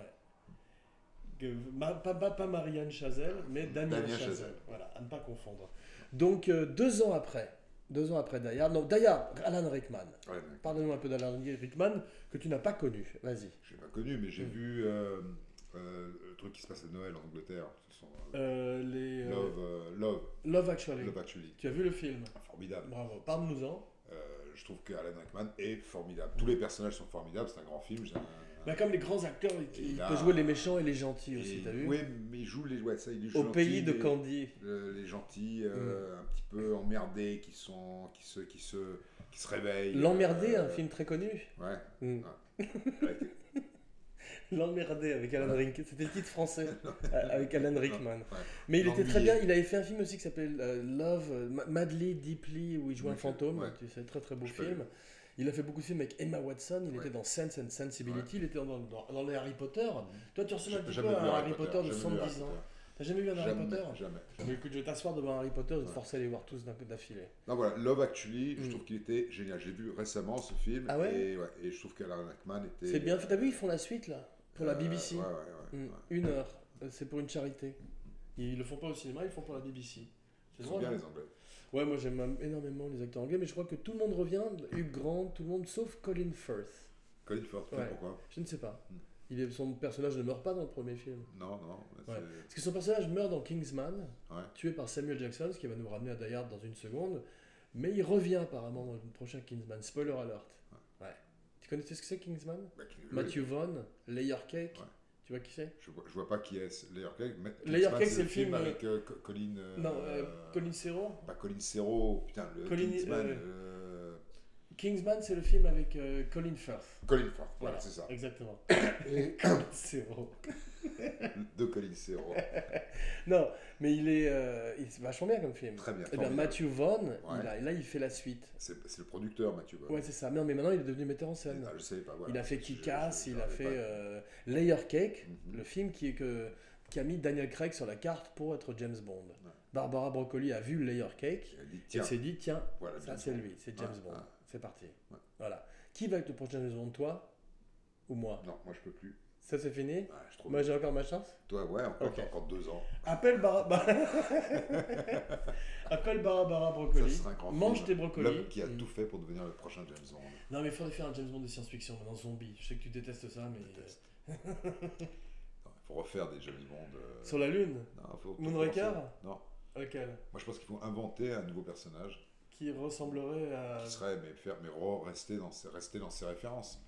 Speaker 1: Que- ma- pas, pas- pas Marianne Chazelle, mais Damien,
Speaker 2: Damien
Speaker 1: Chazelle.
Speaker 2: Chazelle.
Speaker 1: Voilà, à ne pas confondre. Donc, euh, deux ans après, deux ans après Dayard, non, Dayard, Alan Rickman.
Speaker 2: Ouais, mais
Speaker 1: Parle-nous un peu d'Alan Rickman que tu n'as pas connu. Vas-y.
Speaker 2: Je l'ai pas connu, mais j'ai
Speaker 1: Mm.
Speaker 2: vu euh, euh, le truc qui se passe à Noël en Angleterre. Ce sont, euh,
Speaker 1: Euh, les, euh,
Speaker 2: Love, euh, Love,
Speaker 1: Love Actually.
Speaker 2: Love Ah. Actually.
Speaker 1: Tu as vu le film
Speaker 2: Formidable.
Speaker 1: Bravo. Parle-nous-en.
Speaker 2: Euh, je trouve que Alan Rickman est formidable. Tous les personnages sont formidables. C'est un grand film. j'ai un-
Speaker 1: Bah, comme les grands acteurs, il,
Speaker 2: Et
Speaker 1: il
Speaker 2: là-
Speaker 1: peut jouer les méchants et les gentils
Speaker 2: Et-
Speaker 1: aussi, t'as vu
Speaker 2: Oui, mais il joue les ouais, ça, il joue
Speaker 1: Au
Speaker 2: gentil,
Speaker 1: pays de Mm.
Speaker 2: mais-
Speaker 1: Candy.
Speaker 2: le- les gentils, euh, un petit peu emmerdés, qui sont, qui se, qui se, qui se réveillent.
Speaker 1: L'emmerdé,
Speaker 2: euh,
Speaker 1: un film très connu.
Speaker 2: Ouais.
Speaker 1: Mm.
Speaker 2: avec-
Speaker 1: (laughs) L'emmerdé avec Alan Rickman. C'était le titre
Speaker 2: (laughs)
Speaker 1: français euh, avec Alan Rickman.
Speaker 2: Ouais.
Speaker 1: Mais il était très
Speaker 2: L'ennuyé.
Speaker 1: bien. Il avait fait un film aussi qui s'appelle euh, Love, euh, Ma- Madly, Deeply, où il joue un
Speaker 2: Oui, je-
Speaker 1: fantôme.
Speaker 2: ouais.
Speaker 1: Tu sais, très très beau
Speaker 2: Je l'ai
Speaker 1: film. Il a fait beaucoup de films avec Emma Watson. Il
Speaker 2: Ouais.
Speaker 1: était dans Sense and Sensibility. Il était dans, dans, dans les Harry Potter. Toi, tu ressembles un
Speaker 2: J'ai
Speaker 1: petit peu
Speaker 2: jamais vu
Speaker 1: à un Harry Potter de
Speaker 2: jamais vu Harry
Speaker 1: 110 ans. T'as jamais vu un
Speaker 2: Potter.
Speaker 1: Harry Potter
Speaker 2: Jamais, jamais.
Speaker 1: Mais écoute, je vais t'asseoir devant Harry Potter et te
Speaker 2: Ouais.
Speaker 1: forcer à les voir tous d'un coup d'affilée.
Speaker 2: Non, voilà, Love Actually, je
Speaker 1: Mm.
Speaker 2: trouve qu'il était génial. J'ai vu récemment ce film.
Speaker 1: Ah ouais
Speaker 2: et, et je trouve qu'Alan Rickman était.
Speaker 1: C'est bien fait. T'as vu, ils font la suite là pour la
Speaker 2: euh,
Speaker 1: BBC.
Speaker 2: ouais, ouais, ouais,
Speaker 1: Mm,
Speaker 2: ouais.
Speaker 1: Une heure. Euh, C'est pour une charité. Ils le font pas au cinéma, ils le font pour la BBC. C'est
Speaker 2: Ils sont
Speaker 1: drôle,
Speaker 2: bien
Speaker 1: hein
Speaker 2: les Anglais.
Speaker 1: Ouais, moi j'aime même énormément les acteurs anglais, mais je crois que tout le monde revient, Hugh Grant, tout le monde, sauf Colin Firth.
Speaker 2: Colin Firth,
Speaker 1: Ouais.
Speaker 2: pourquoi
Speaker 1: Je ne sais pas.
Speaker 2: Hmm.
Speaker 1: Il est, son personnage ne meurt pas dans le premier film.
Speaker 2: Non, non. mais
Speaker 1: Ouais.
Speaker 2: c'est-
Speaker 1: Parce que son personnage meurt dans Kingsman,
Speaker 2: Ouais.
Speaker 1: tué par Samuel Jackson, ce qui va nous ramener à Die Hard dans une seconde, mais il revient apparemment dans le prochain Kingsman. Spoiler alert. Ouais. Tu connaissais ce que c'est Kingsman
Speaker 2: bah, qui-
Speaker 1: Matthew Vaughn, Layer Cake,
Speaker 2: Ouais.
Speaker 1: tu vois qui c'est
Speaker 2: Je vois, je vois pas qui est Layer Cake. mais-
Speaker 1: Layer
Speaker 2: Kingsman,
Speaker 1: Cake, c'est le film,
Speaker 2: avec euh, Co- Colin. euh,
Speaker 1: Non, euh, Colin Serrault
Speaker 2: Bah, Colin Serrault, putain, le
Speaker 1: Colin-
Speaker 2: Kingsman.
Speaker 1: euh,
Speaker 2: euh,
Speaker 1: Kingsman, c'est le film avec euh, Colin Firth.
Speaker 2: Colin Firth, voilà,
Speaker 1: Voilà,
Speaker 2: c'est ça.
Speaker 1: Exactement.
Speaker 2: Et,
Speaker 1: (coughs) C'est bon.
Speaker 2: de Colin
Speaker 1: (laughs)
Speaker 2: Serrault.
Speaker 1: Non, mais il est, euh, il- c'est vachement bien comme film.
Speaker 2: Très bien.
Speaker 1: Et Eh bien
Speaker 2: formidable.
Speaker 1: Matthew Vaughn,
Speaker 2: Ouais.
Speaker 1: il a- là il fait la suite.
Speaker 2: C'est c'est le producteur, Mathieu. Vaughn.
Speaker 1: Ouais, c'est ça. Non, mais maintenant il est devenu metteur en scène.
Speaker 2: Ah, je savais pas. voilà.
Speaker 1: Il a fait
Speaker 2: Je- je-
Speaker 1: Kick-Ass,
Speaker 2: je
Speaker 1: il a
Speaker 2: savais
Speaker 1: fait
Speaker 2: pas.
Speaker 1: euh, Layer Cake,
Speaker 2: Mhm.
Speaker 1: le film qui, est que, qui a mis Daniel Craig sur la carte pour être James Bond. Barbara Broccoli a vu Layer Cake
Speaker 2: Il a dit,
Speaker 1: et
Speaker 2: tiens,
Speaker 1: s'est dit tiens,
Speaker 2: voilà.
Speaker 1: ça
Speaker 2: bien
Speaker 1: c'est
Speaker 2: sûr.
Speaker 1: lui, c'est James
Speaker 2: Ouais,
Speaker 1: Bond,
Speaker 2: ouais.
Speaker 1: c'est parti.
Speaker 2: Ouais.
Speaker 1: Voilà. Qui va être le prochain James Bond, toi ou moi
Speaker 2: Non, moi je peux plus.
Speaker 1: Ça c'est fini
Speaker 2: Ah, je trouve.
Speaker 1: Moi j'ai encore ma chance
Speaker 2: Toi, ouais, encore,
Speaker 1: Ok.
Speaker 2: t'as encore deux ans.
Speaker 1: Appelle Barbara... (laughs) Appelle Barbara Broccoli.
Speaker 2: Ça sera un grand
Speaker 1: Mange
Speaker 2: film.
Speaker 1: tes brocolis.
Speaker 2: L'homme qui a
Speaker 1: Mm.
Speaker 2: tout fait pour devenir le prochain James Bond.
Speaker 1: Non mais il faudrait faire un James Bond de science-fiction, maintenant zombie. Je sais que tu détestes ça, mais...
Speaker 2: Déteste. Non, Il faut refaire des James Bond. euh,
Speaker 1: Sur la Lune
Speaker 2: non, faut- faut
Speaker 1: Moonraker
Speaker 2: commencer. Non.
Speaker 1: Lequel
Speaker 2: Moi, je pense qu'il faut inventer un nouveau personnage
Speaker 1: Qui ressemblerait à...
Speaker 2: qui serait, mais faire, mais re- rester dans ses, rester dans ses références.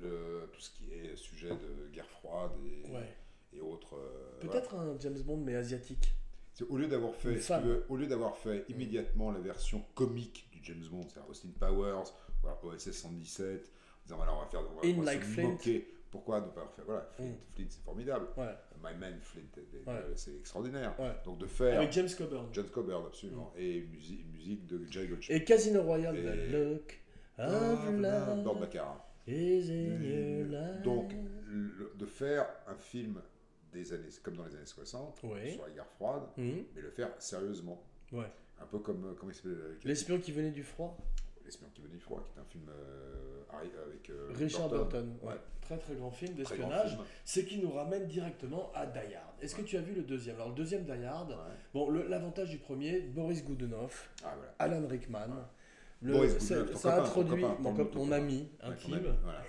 Speaker 2: Le, tout ce qui est sujet de guerre froide et,
Speaker 1: Ouais.
Speaker 2: et autres. euh, voilà.
Speaker 1: Peut-être un James Bond, mais asiatique.
Speaker 2: C'est au lieu d'avoir fait,
Speaker 1: Une
Speaker 2: si
Speaker 1: femme.
Speaker 2: tu veux, au lieu d'avoir fait immédiatement la version comique du James Bond, c'est-à-dire Austin Powers, ou alors OSS 117, en disant voilà, on va faire, on va,
Speaker 1: In
Speaker 2: on va
Speaker 1: like
Speaker 2: se
Speaker 1: Flint.
Speaker 2: moquer. Pourquoi ne pas refaire voilà, Flint,
Speaker 1: Mm.
Speaker 2: Flint, c'est formidable.
Speaker 1: Ouais.
Speaker 2: My Man Flint, est-
Speaker 1: Ouais.
Speaker 2: c'est extraordinaire.
Speaker 1: Ouais.
Speaker 2: Donc de faire
Speaker 1: Avec Mm. James Coburn.
Speaker 2: John Coburn absolument et musique, musique de Jerry Goldsmith.
Speaker 1: Et Casino Royale,
Speaker 2: Et- Ah,
Speaker 1: the look of love
Speaker 2: Lord Baccarat.
Speaker 1: is in your life.
Speaker 2: Donc le- de faire un film des années comme dans les années 60
Speaker 1: Ouais.
Speaker 2: sur la guerre froide,
Speaker 1: Mhm.
Speaker 2: mais le faire sérieusement.
Speaker 1: Ouais.
Speaker 2: Un peu comme euh, comment il s'appelle euh,
Speaker 1: L'espion qui venait du froid,
Speaker 2: L'espion qui venait du froid, qui est un film euh, Harry- avec euh,
Speaker 1: Richard Burton.
Speaker 2: Ouais.
Speaker 1: Ouais. Très très grand film
Speaker 2: Très grand
Speaker 1: d'espionnage.
Speaker 2: film.
Speaker 1: Ce qui nous ramène directement à Die Hard. Est-ce que tu as vu le deuxième Alors le deuxième Die Hard,
Speaker 2: Ouais.
Speaker 1: bon, le- l'avantage du premier, Boris Goudenoff,
Speaker 2: Ah voilà.
Speaker 1: Alan Rickman. Le-
Speaker 2: Boris
Speaker 1: ça-
Speaker 2: Goodenough, ton
Speaker 1: ça
Speaker 2: copain, ton
Speaker 1: introduit
Speaker 2: copain,
Speaker 1: mon,
Speaker 2: ton
Speaker 1: cop- mon
Speaker 2: copain.
Speaker 1: ami
Speaker 2: Ouais, qu'on a
Speaker 1: intime.
Speaker 2: dit, Voilà.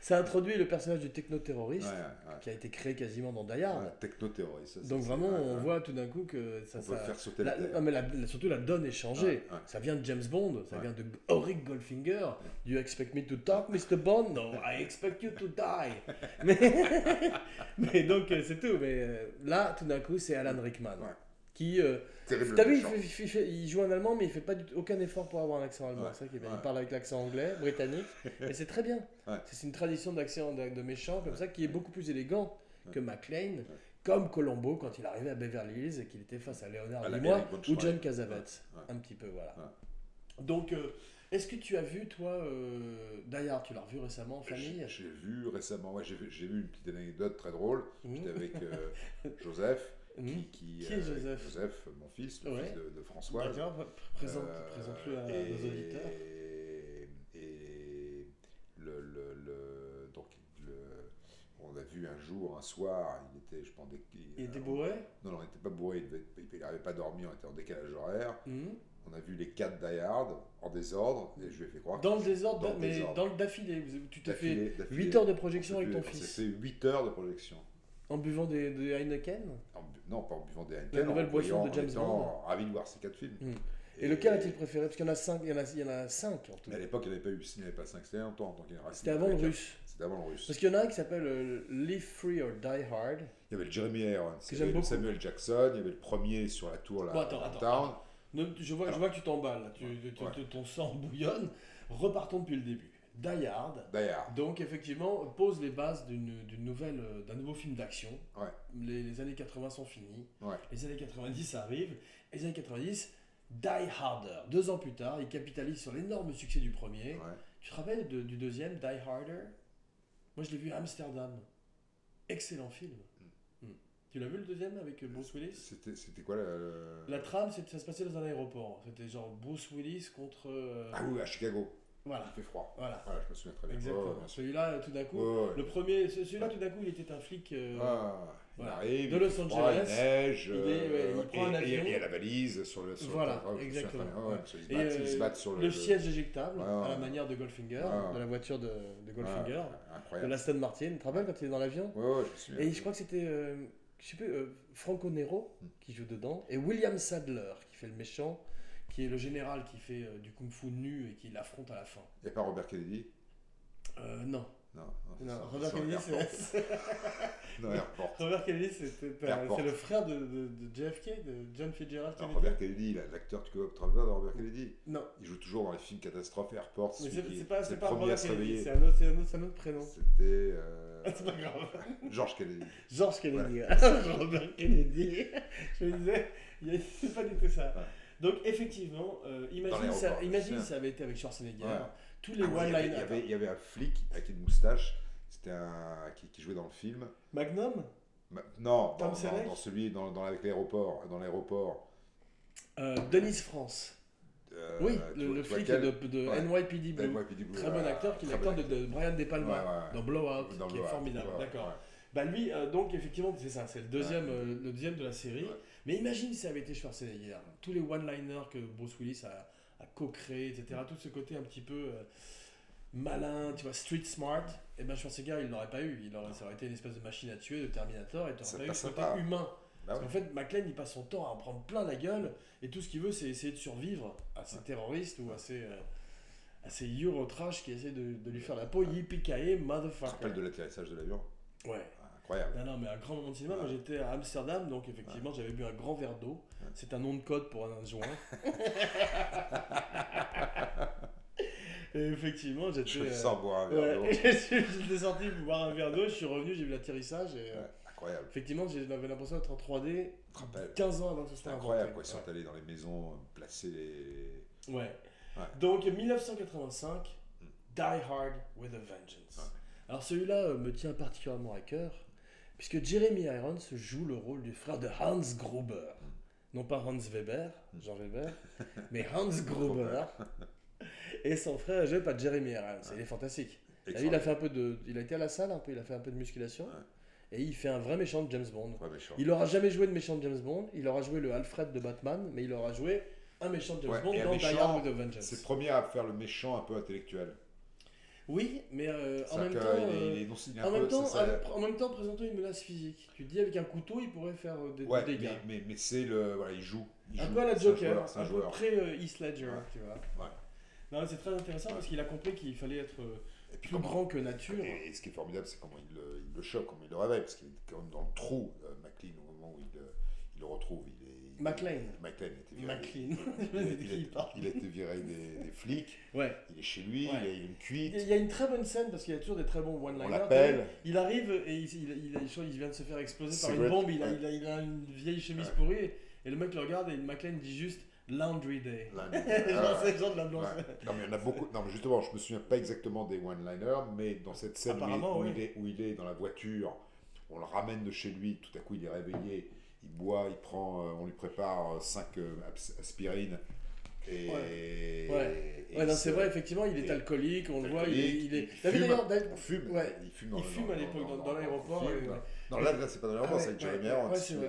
Speaker 1: Ça introduit le personnage du techno-terroriste
Speaker 2: Ouais, ouais,
Speaker 1: qui a été créé quasiment dans Die
Speaker 2: ouais.
Speaker 1: Hard.
Speaker 2: Ouais, Techno-terroriste. ça,
Speaker 1: Donc
Speaker 2: c'est-
Speaker 1: vraiment,
Speaker 2: ouais,
Speaker 1: on
Speaker 2: ouais.
Speaker 1: voit tout d'un coup que ça.
Speaker 2: On peut
Speaker 1: ça-
Speaker 2: faire sauter
Speaker 1: la-
Speaker 2: la terre.
Speaker 1: non, mais la- la- surtout la donne est changée.
Speaker 2: Ouais, ouais.
Speaker 1: Ça vient de James Bond, ça
Speaker 2: Ouais.
Speaker 1: vient de Auric Goldfinger. You expect me to talk, Mr. Bond? No, I expect you to die. (laughs) mais, mais donc euh, c'est tout. Mais euh, là, tout d'un coup, c'est Alan Rickman
Speaker 2: Ouais.
Speaker 1: qui. euh,
Speaker 2: Terrible
Speaker 1: T'as vu, il,
Speaker 2: méchant.
Speaker 1: fait- il fait- il fait- il joue un allemand, mais il fait pas du- aucun effort pour avoir un accent allemand.
Speaker 2: Ouais,
Speaker 1: C'est ça qui est bien.
Speaker 2: ouais.
Speaker 1: Il parle avec l'accent anglais,
Speaker 2: (laughs)
Speaker 1: britannique, et c'est très bien.
Speaker 2: Ouais.
Speaker 1: C'est une tradition d'accent de, de méchant comme ça qui est beaucoup plus élégant que McLean,
Speaker 2: Ouais.
Speaker 1: comme Colombo quand il arrivait à Beverly Hills et qu'il était face à Léonard
Speaker 2: À la
Speaker 1: Nimoy
Speaker 2: Mary Goldschmidt.
Speaker 1: ou John Cazavette.
Speaker 2: Ouais,
Speaker 1: Un petit peu, voilà.
Speaker 2: Ouais.
Speaker 1: Donc, euh, est-ce que tu as vu, toi, euh, Die Hard Tu l'as revu récemment en famille
Speaker 2: J'ai j'ai vu récemment, ouais, j'ai vu, j'ai vu une petite anecdote très drôle.
Speaker 1: Mhm.
Speaker 2: J'étais avec
Speaker 1: (laughs)
Speaker 2: euh, Joseph,
Speaker 1: Mhm.
Speaker 2: qui, qui, euh,
Speaker 1: Qui est Joseph
Speaker 2: mon fils, le
Speaker 1: Ouais.
Speaker 2: fils de, de François.
Speaker 1: D'accord, présente-
Speaker 2: Euh,
Speaker 1: présente-le à
Speaker 2: et-
Speaker 1: nos auditeurs.
Speaker 2: Et le, le- le- donc le- on a vu un jour, un soir, il était, je pense, dé-
Speaker 1: Il était
Speaker 2: on-
Speaker 1: bourré
Speaker 2: Non, non, il n'était pas bourré, il n'arrivait pas à dormir, on était en décalage horaire.
Speaker 1: Mhm.
Speaker 2: On a vu les quatre Die Hard en désordre, et je lui ai fait croire.
Speaker 1: Dans le désordre,
Speaker 2: Dans le
Speaker 1: mais
Speaker 2: désordre.
Speaker 1: dans le d'affilée. vous- Tu t'es fait
Speaker 2: d'affilée- d'affilée.
Speaker 1: 8 heures de
Speaker 2: On s'est
Speaker 1: projection avec
Speaker 2: vu-
Speaker 1: ton
Speaker 2: on
Speaker 1: fils
Speaker 2: s'est fait 8 heures de projection.
Speaker 1: en buvant des, des Heineken.
Speaker 2: En bu- non, pas en buvant des Heineken.
Speaker 1: La nouvelle
Speaker 2: en
Speaker 1: boisson
Speaker 2: voyant-
Speaker 1: de James
Speaker 2: en étant
Speaker 1: Bond.
Speaker 2: ravi de voir ces quatre films.
Speaker 1: Mm. Et, lequel a-t-il préféré Parce qu'il y en a 5, il y en a, il y en a cinq en tout.
Speaker 2: Mais à l'époque, il n'y avait pas eu, il n'y avait pas 5, c'était longtemps. donc il en restait
Speaker 1: C'était avant le
Speaker 2: quatre.
Speaker 1: russe.
Speaker 2: C'était avant le russe.
Speaker 1: Parce qu'il y en a un qui s'appelle euh, Live Free or Die Hard.
Speaker 2: Il y avait le Jeremy Irons, il y
Speaker 1: j'aime
Speaker 2: avait le
Speaker 1: beaucoup.
Speaker 2: Samuel Jackson, il y avait le premier sur la tour, là,
Speaker 1: Bon, attends,
Speaker 2: à
Speaker 1: attends,
Speaker 2: Town.
Speaker 1: Ne- je, vois, je
Speaker 2: Alors.
Speaker 1: vois que tu t'emballes, là, tu,
Speaker 2: Ouais.
Speaker 1: tu- tu- ton sang bouillonne. Repartons depuis le début. Die Hard.
Speaker 2: D'ailleurs,
Speaker 1: Donc effectivement, pose les bases d'une d'une nouvelle, euh, d'un nouveau film d'action.
Speaker 2: Ouais.
Speaker 1: Les, les années 80 sont finies.
Speaker 2: Ouais.
Speaker 1: Les années 90 arrivent. Les années 90, Die Harder. Deux ans plus tard, il capitalise sur l'énorme succès du premier.
Speaker 2: ouais.
Speaker 1: Tu te rappelles de- du deuxième, Die Harder Moi, je l'ai vu à Amsterdam. Excellent film. Mm. Tu l'as vu le deuxième avec euh, Bruce Willis
Speaker 2: c'était c'était quoi le...
Speaker 1: La trame, c'est- ça se passait dans un aéroport. C'était genre Bruce Willis contre. euh,
Speaker 2: Ah oui, Oh, à Chicago, il
Speaker 1: Voilà,
Speaker 2: fait froid.
Speaker 1: voilà.
Speaker 2: Voilà, je me souviens très bien.
Speaker 1: Exactement.
Speaker 2: Ouais, bien sûr.
Speaker 1: celui-là, euh, tout d'un coup,
Speaker 2: Ouais, ouais.
Speaker 1: le premier, ce- celui-là, tout d'un coup, il était un flic. euh,
Speaker 2: Oh. Ah, il
Speaker 1: voilà.
Speaker 2: arrive,
Speaker 1: De
Speaker 2: il
Speaker 1: Los
Speaker 2: fait froid, il
Speaker 1: Angeles,
Speaker 2: neige,
Speaker 1: il est- ouais, il
Speaker 2: euh,
Speaker 1: prend
Speaker 2: et-
Speaker 1: un
Speaker 2: et-
Speaker 1: avion.
Speaker 2: et il y a la valise sur le... Sur
Speaker 1: Voilà,
Speaker 2: le, ouais, je me souviens très bien.
Speaker 1: exactement.
Speaker 2: Ouais, ouais, parce qu'ils se
Speaker 1: Et,
Speaker 2: battent-
Speaker 1: euh,
Speaker 2: ils se battent sur le...
Speaker 1: le siège éjectable,
Speaker 2: Ouais, ouais,
Speaker 1: à la
Speaker 2: ouais.
Speaker 1: manière de Goldfinger,
Speaker 2: Ouais.
Speaker 1: de la voiture de, de
Speaker 2: Ouais,
Speaker 1: Goldfinger, de
Speaker 2: Incroyable.
Speaker 1: l'Aston Martin. Tu te rappelles quand il est dans l'avion
Speaker 2: Ouais, ouais, je me souviens.
Speaker 1: Et je crois que c'était, euh, je sais plus, euh, Franco Nero
Speaker 2: Hmm.
Speaker 1: qui joue dedans, et William Sadler qui fait le méchant, qui est le général qui fait euh, du kung-fu nu et qui l'affronte à la fin.
Speaker 2: Et pas Robert Kennedy
Speaker 1: Euh, non,
Speaker 2: Non,
Speaker 1: Non,
Speaker 2: ça-
Speaker 1: Robert
Speaker 2: ça,
Speaker 1: Kennedy,
Speaker 2: Airport.
Speaker 1: c'est
Speaker 2: Non, Airport.
Speaker 1: (laughs) Robert Kennedy, c'était-
Speaker 2: Airport.
Speaker 1: c'est le frère de, de- de JFK, de John Fitzgerald
Speaker 2: Alors,
Speaker 1: Kennedy.
Speaker 2: Ah, Robert Kennedy, la- l'acteur, tu connais Travolta dans Robert Kennedy
Speaker 1: Non,
Speaker 2: Il joue toujours dans les films Catastrophe Airport.
Speaker 1: mais
Speaker 2: celui
Speaker 1: c'est
Speaker 2: qui-
Speaker 1: c'est pas,
Speaker 2: c'est
Speaker 1: c'est
Speaker 2: le
Speaker 1: pas
Speaker 2: premier à
Speaker 1: Robert
Speaker 2: se
Speaker 1: Kennedy,
Speaker 2: réveiller.
Speaker 1: c'est un, autre- c'est un autre- c'est un autre prénom. (laughs)
Speaker 2: C'était. euh,
Speaker 1: C'est pas grave.
Speaker 2: George Kennedy.
Speaker 1: George Kennedy. (laughs) Robert Kennedy. Je me disais, il y a- c'est pas du tout ça.
Speaker 2: Ouais.
Speaker 1: Donc, effectivement, euh, imagine, ça,
Speaker 2: l'aéroport,
Speaker 1: imagine
Speaker 2: c'est
Speaker 1: ça avait été avec Schwarzenegger.
Speaker 2: Ouais.
Speaker 1: Tous les
Speaker 2: Ah oui, il, y avait, il, y
Speaker 1: one-liners.
Speaker 2: avait, il y avait un flic avec une moustache c'était un, qui, qui jouait dans le film.
Speaker 1: Magnum
Speaker 2: Ma- Non,
Speaker 1: Tom
Speaker 2: dans, dans,
Speaker 1: Selleck
Speaker 2: dans celui dans, dans, avec l'aéroport. Dans l'aéroport.
Speaker 1: euh, Denis France.
Speaker 2: Euh,
Speaker 1: oui,
Speaker 2: tu
Speaker 1: le,
Speaker 2: vois-
Speaker 1: le
Speaker 2: tu vois
Speaker 1: flic
Speaker 2: quel Ben,
Speaker 1: de, de
Speaker 2: Ouais.
Speaker 1: NYPD Blue.
Speaker 2: NYPD Blue,
Speaker 1: Très bon
Speaker 2: ouais,
Speaker 1: acteur qui est
Speaker 2: très bon
Speaker 1: l'acteur de, de Brian De
Speaker 2: acteur.
Speaker 1: Palma.
Speaker 2: Ouais, ouais, ouais.
Speaker 1: Dans Blowout,
Speaker 2: Dans
Speaker 1: qui
Speaker 2: Blowout,
Speaker 1: est formidable,
Speaker 2: Blowout,
Speaker 1: d'accord.
Speaker 2: ouais.
Speaker 1: Bah lui, euh, donc effectivement, c'est ça, c'est le deuxième,
Speaker 2: Ouais.
Speaker 1: euh, le deuxième de la série.
Speaker 2: Ouais.
Speaker 1: Mais imagine si ça avait été Schwarzenegger, tous les one-liners que Bruce Willis a, a co-créé, etc. Tout ce côté un petit peu euh, malin, tu vois, street smart. Et ben Schwarzenegger, il l'aurait pas eu. Il aurait, ça aurait été une espèce de machine à tuer, de Terminator, et tu
Speaker 2: Ça
Speaker 1: pas eu ce
Speaker 2: passerait
Speaker 1: côté
Speaker 2: pas.
Speaker 1: humain.
Speaker 2: Bah
Speaker 1: Parce
Speaker 2: ouais.
Speaker 1: qu'en fait, McLean, il passe son temps à en prendre plein la gueule, et tout ce qu'il veut, c'est essayer de survivre à ces
Speaker 2: Ouais.
Speaker 1: terroristes ou à ces, euh, à ces euro trash qui essaient de, de lui faire la peau. Yippee
Speaker 2: Tu te rappelles
Speaker 1: motherfucker.
Speaker 2: de l'atterrissage de l'avion
Speaker 1: Ouais.
Speaker 2: Incroyable.
Speaker 1: Non, non, mais un grand moment de cinéma. Moi,
Speaker 2: Ouais.
Speaker 1: j'étais à Amsterdam, donc effectivement, j'avais bu un grand verre d'eau.
Speaker 2: Ouais.
Speaker 1: C'est un nom de code pour un
Speaker 2: (laughs)
Speaker 1: joint. Et effectivement, j'étais.
Speaker 2: Je
Speaker 1: euh,
Speaker 2: sors boire un verre
Speaker 1: ouais,
Speaker 2: d'eau.
Speaker 1: (laughs) je suis- j'étais sorti boire un verre d'eau, je suis revenu, j'ai vu l'atterrissage. Et, euh,
Speaker 2: Ouais, Incroyable.
Speaker 1: Effectivement, j'avais l'impression d'être en 3D
Speaker 2: Tu te rappelles
Speaker 1: 15 ans avant que ce
Speaker 2: C'était
Speaker 1: soit
Speaker 2: incroyable quoi.
Speaker 1: inventé.
Speaker 2: Ils sont allés dans les maisons, euh, placer les.
Speaker 1: Ouais.
Speaker 2: Ouais.
Speaker 1: Donc, 1985,
Speaker 2: Hmm.
Speaker 1: Die Hard with a Vengeance.
Speaker 2: Ouais.
Speaker 1: Alors, celui-là euh, me tient particulièrement à cœur, puisque Jeremy Irons joue le rôle du frère de Hans Gruber.
Speaker 2: Mm.
Speaker 1: Non pas Hans Weber,
Speaker 2: Hmm.
Speaker 1: Jean
Speaker 2: (laughs)
Speaker 1: Weber, mais Hans Gruber. Et son frère joué par Jeremy Irons.
Speaker 2: Ouais.
Speaker 1: Il est fantastique. T'as vu, il a fait un peu de, il a été à la salle un peu, il a fait un peu de musculation,
Speaker 2: Ouais.
Speaker 1: et il fait un vrai méchant de James Bond.
Speaker 2: Ouais, méchant.
Speaker 1: Il aura jamais joué de méchant de James Bond. Il aura joué le Alfred de Batman, mais il aura joué un méchant de James
Speaker 2: Ouais,
Speaker 1: Bond
Speaker 2: et un
Speaker 1: dans Die
Speaker 2: méchant,
Speaker 1: Hard with a
Speaker 2: C'est le
Speaker 1: Vengeance.
Speaker 2: premier à faire le méchant un peu intellectuel.
Speaker 1: Oui, mais euh, en même
Speaker 2: C'est-à-dire
Speaker 1: temps,
Speaker 2: qu'il est-
Speaker 1: euh,
Speaker 2: il est non- il est un
Speaker 1: en même
Speaker 2: peu-
Speaker 1: temps,
Speaker 2: ça- ça-
Speaker 1: avec- en même temps, présentant une menace physique. Tu te dis avec un couteau, il pourrait faire euh, des, des
Speaker 2: Ouais,
Speaker 1: dégâts.
Speaker 2: mais, mais, mais c'est le. Voilà, il joue. Il
Speaker 1: Un
Speaker 2: joue.
Speaker 1: peu à la
Speaker 2: C'est
Speaker 1: Joker,
Speaker 2: joueur, C'est
Speaker 1: un
Speaker 2: un
Speaker 1: peu
Speaker 2: joueur.
Speaker 1: près euh, Heath Ledger,
Speaker 2: Ouais.
Speaker 1: tu vois.
Speaker 2: Ouais.
Speaker 1: Non, mais c'est très intéressant
Speaker 2: Ouais.
Speaker 1: parce qu'il a compris qu'il fallait être euh,
Speaker 2: Et puis,
Speaker 1: plus
Speaker 2: comment-
Speaker 1: grand que nature.
Speaker 2: et, et ce qui est formidable, c'est comment il le, il le choque, comment il le réveille, parce qu'il est quand même dans le trou, euh, McLean, au moment où il, le- il le retrouve. Il est, il-
Speaker 1: McLean.
Speaker 2: McLean était
Speaker 1: (laughs)
Speaker 2: viré.
Speaker 1: McLean.
Speaker 2: Il,
Speaker 1: (laughs) Je sais de
Speaker 2: il
Speaker 1: qui il
Speaker 2: était-
Speaker 1: parle.
Speaker 2: il a été viré des, des flics,
Speaker 1: Ouais.
Speaker 2: il est chez lui,
Speaker 1: Ouais.
Speaker 2: il a une
Speaker 1: Il
Speaker 2: cuite,
Speaker 1: y a une très bonne scène parce qu'il y a toujours des très bons one-liners.
Speaker 2: on l'appelle.
Speaker 1: Il arrive et il, il- il- il- il vient de se faire exploser par
Speaker 2: C'est
Speaker 1: une
Speaker 2: vrai.
Speaker 1: bombe. Il a,
Speaker 2: Ouais.
Speaker 1: il a- il a une vieille chemise pourrie. Et le mec le regarde et McLean dit juste Laundry Day. (laughs)
Speaker 2: Là,
Speaker 1: Genre,
Speaker 2: ah,
Speaker 1: c'est le genre de la
Speaker 2: ouais.
Speaker 1: blanche.
Speaker 2: Non, mais il y en a beaucoup. Non, mais justement, je me souviens pas exactement des one-liners, mais dans cette scène où il,
Speaker 1: Apparemment,
Speaker 2: où
Speaker 1: ouais.
Speaker 2: il est, où il est dans la voiture, on le ramène de chez lui, tout à coup il est réveillé, il boit, il prend, euh, on lui prépare 5 aspirines. Et,
Speaker 1: Ouais.
Speaker 2: et
Speaker 1: Ouais, non,
Speaker 2: il
Speaker 1: c'est
Speaker 2: se-
Speaker 1: vrai, effectivement, il est
Speaker 2: et-
Speaker 1: alcoolique, on le voit, il,
Speaker 2: alcoolique,
Speaker 1: il est.
Speaker 2: il
Speaker 1: T'as vu
Speaker 2: fume.
Speaker 1: d'ailleurs, d'ailleurs-
Speaker 2: On fume,
Speaker 1: Ouais.
Speaker 2: il fume,
Speaker 1: il fume à l'époque dans, dans l'aéroport.
Speaker 2: dans le
Speaker 1: et-
Speaker 2: film. Non, là, là, c'est pas dans
Speaker 1: Ah
Speaker 2: l'aéroport,
Speaker 1: ouais,
Speaker 2: c'est avec
Speaker 1: ouais,
Speaker 2: Jeremy
Speaker 1: ouais,
Speaker 2: Irons.
Speaker 1: ouais, c'est vrai.